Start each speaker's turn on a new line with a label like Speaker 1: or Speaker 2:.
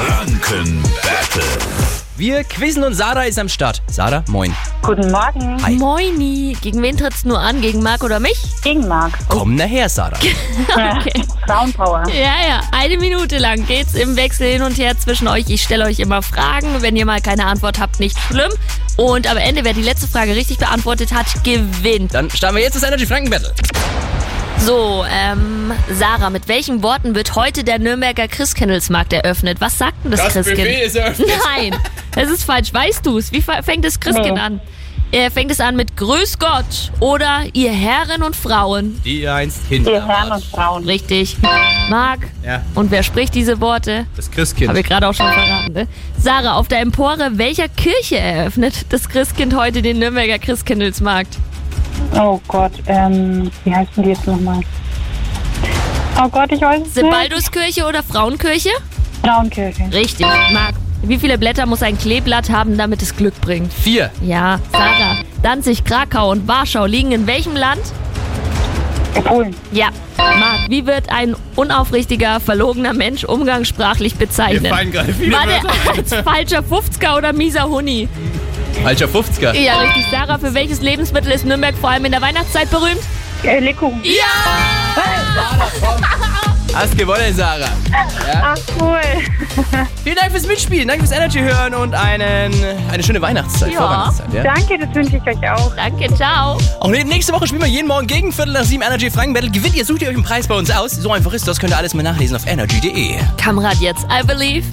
Speaker 1: Fashion Battle.
Speaker 2: Wir quizzen und Sarah ist am Start. Sarah, moin.
Speaker 3: Guten Morgen.
Speaker 2: Hi.
Speaker 4: Moini. Gegen wen tritt's nur an? Gegen Marc oder mich?
Speaker 3: Gegen Marc.
Speaker 2: Komm nachher, Sarah.
Speaker 4: Oh. Okay.
Speaker 3: Frauenpower.
Speaker 4: Ja, ja. Eine Minute lang geht's im Wechsel hin und her zwischen euch. Ich stelle euch immer Fragen. Wenn ihr mal keine Antwort habt, nicht schlimm. Und am Ende, wer die letzte Frage richtig beantwortet hat, gewinnt.
Speaker 2: Dann starten wir jetzt das Energy Franken Battle.
Speaker 4: So, ähm, Sarah, mit welchen Worten wird heute der Nürnberger Christkindlesmarkt eröffnet? Was sagt denn das,
Speaker 5: Das
Speaker 4: Christkind?
Speaker 5: Buffet ist eröffnet.
Speaker 4: Nein, das ist falsch. Weißt du es? Wie fa- fängt das Christkind
Speaker 3: Nee.
Speaker 4: an? Er fängt es an mit Grüß Gott oder ihr Herren und Frauen.
Speaker 2: Die einst hinter.
Speaker 3: Wir Herren und Frauen.
Speaker 4: Richtig. Marc.
Speaker 5: Ja.
Speaker 4: Und wer spricht diese Worte?
Speaker 5: Das Christkind.
Speaker 4: Habe ich gerade auch schon verraten, ne? Sarah, auf der Empore welcher Kirche eröffnet das Christkind heute den Nürnberger Christkindlesmarkt?
Speaker 3: Oh Gott, ähm, wie heißen die jetzt nochmal? Oh Gott, ich weiß es nicht.
Speaker 4: Sebalduskirche oder Frauenkirche?
Speaker 3: Frauenkirche.
Speaker 4: Richtig. Marc, wie viele Blätter muss ein Kleeblatt haben, damit es Glück bringt?
Speaker 2: Vier.
Speaker 4: Ja, Sarah. Danzig, Krakau und Warschau liegen in welchem Land?
Speaker 3: Polen.
Speaker 4: Ja. Marc, wie wird ein unaufrichtiger, verlogener Mensch umgangssprachlich
Speaker 5: Wir
Speaker 4: bezeichnet?
Speaker 5: fallen gerade viele
Speaker 4: War der
Speaker 5: Wörter.
Speaker 4: als falscher 50er oder mieser Huni?
Speaker 2: Falscher 50er.
Speaker 4: Ja, richtig. Sarah, für welches Lebensmittel ist Nürnberg vor allem in der Weihnachtszeit berühmt?
Speaker 3: Äh, Lekuchen.
Speaker 2: Hast gewonnen, Sarah.
Speaker 3: Ach cool.
Speaker 2: Vielen Dank fürs Mitspielen, danke fürs Energy hören und einen, eine schöne Weihnachtszeit,
Speaker 4: Ja.
Speaker 2: Vorweihnachtszeit. Ja?
Speaker 3: Danke, das wünsche ich euch auch.
Speaker 4: Danke, ciao.
Speaker 2: Auch ne- nächste Woche spielen wir jeden Morgen gegen Viertel nach sieben Energy Franken Battle. Gewinnt ihr, sucht ihr euch einen Preis bei uns aus. So einfach ist das, könnt ihr alles mal nachlesen auf energy.de.
Speaker 4: Kamerad jetzt, I believe.